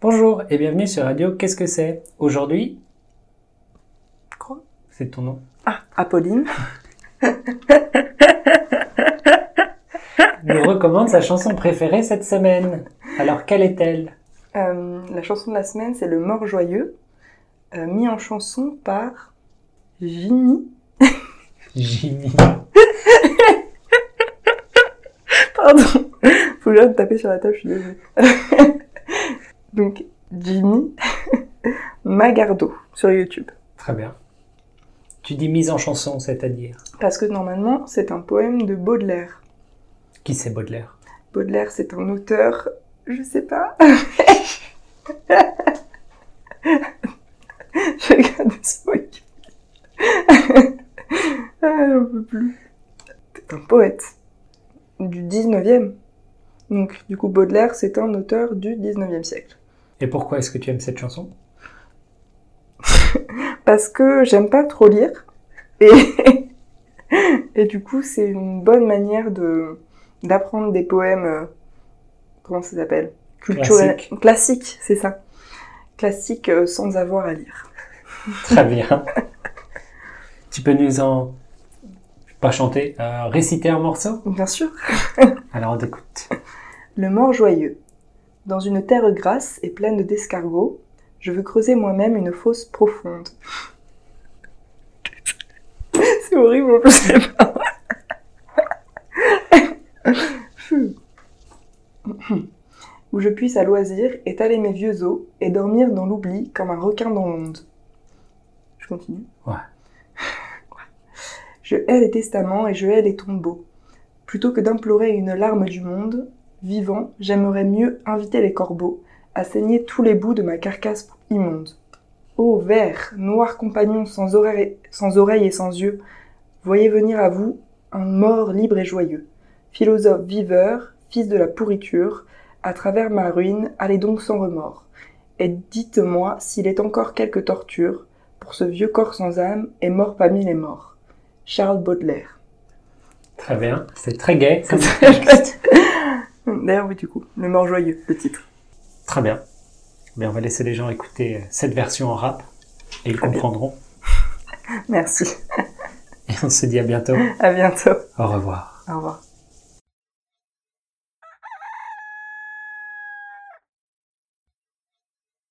Bonjour et bienvenue sur Radio Qu'est-ce que c'est Aujourd'hui, Quoi c'est ton nom. Ah, Apolline. Nous recommande sa chanson préférée cette semaine. Alors quelle est-elle Euh, la chanson de la semaine, c'est Le Mort Joyeux, euh, mis en chanson par Jimmy. Jimmy. Pardon. Faut que j'arrête de taper sur la table, je suis désolée. Donc, Jimmy Magardo sur YouTube. Très bien. Tu dis mise en chanson, c'est-à-dire Parce que normalement, c'est un poème de Baudelaire. qui c'est Baudelaire Baudelaire, c'est un auteur, je sais pas. je regarde ce mec. ah, j'en peux plus. C'est un poète du 19e. Donc, du coup, Baudelaire, c'est un auteur du 19e siècle. Et pourquoi est-ce que tu aimes cette chanson Parce que j'aime pas trop lire. Et, et du coup, c'est une bonne manière de d'apprendre des poèmes. euh, Comment ça s'appelle Culturels. Classique, c'est ça. Classique euh, sans avoir à lire. Très bien. tu peux nous en pas chanter, euh, réciter un morceau Bien sûr. Alors on t'écoute. Le mort joyeux. Dans une terre grasse et pleine d'escargots, je veux creuser moi-même une fosse profonde. C'est horrible en plus, c'est pas vrai. Où je puisse à loisir étaler mes vieux os et dormir dans l'oubli comme un requin dans l'onde. Je continue Ouais. Je hais les testaments et je hais les tombeaux. Plutôt que d'implorer une larme du monde, vivant, j'aimerais mieux inviter les corbeaux à saigner tous les bouts de ma carcasse immonde. Ô vers, noir compagnon sans oreille, sans oreille et sans yeux, voyez venir à vous un mort libre et joyeux. Philosophe viveur, fils de la pourriture, à travers ma ruine, allez donc sans remords. Et dites-moi s'il est encore quelque torture pour ce vieux corps sans âme et mort parmi les morts. Charles Baudelaire. Très bien. C'est très gai. Comme ça, je reste. D'ailleurs, oui, du coup, Le Mort Joyeux, le titre. Très bien. Mais on va laisser les gens écouter euh, cette version en rap et ils Très bien. comprendront. Merci. Et on se dit à bientôt. À bientôt. Au revoir. Au revoir.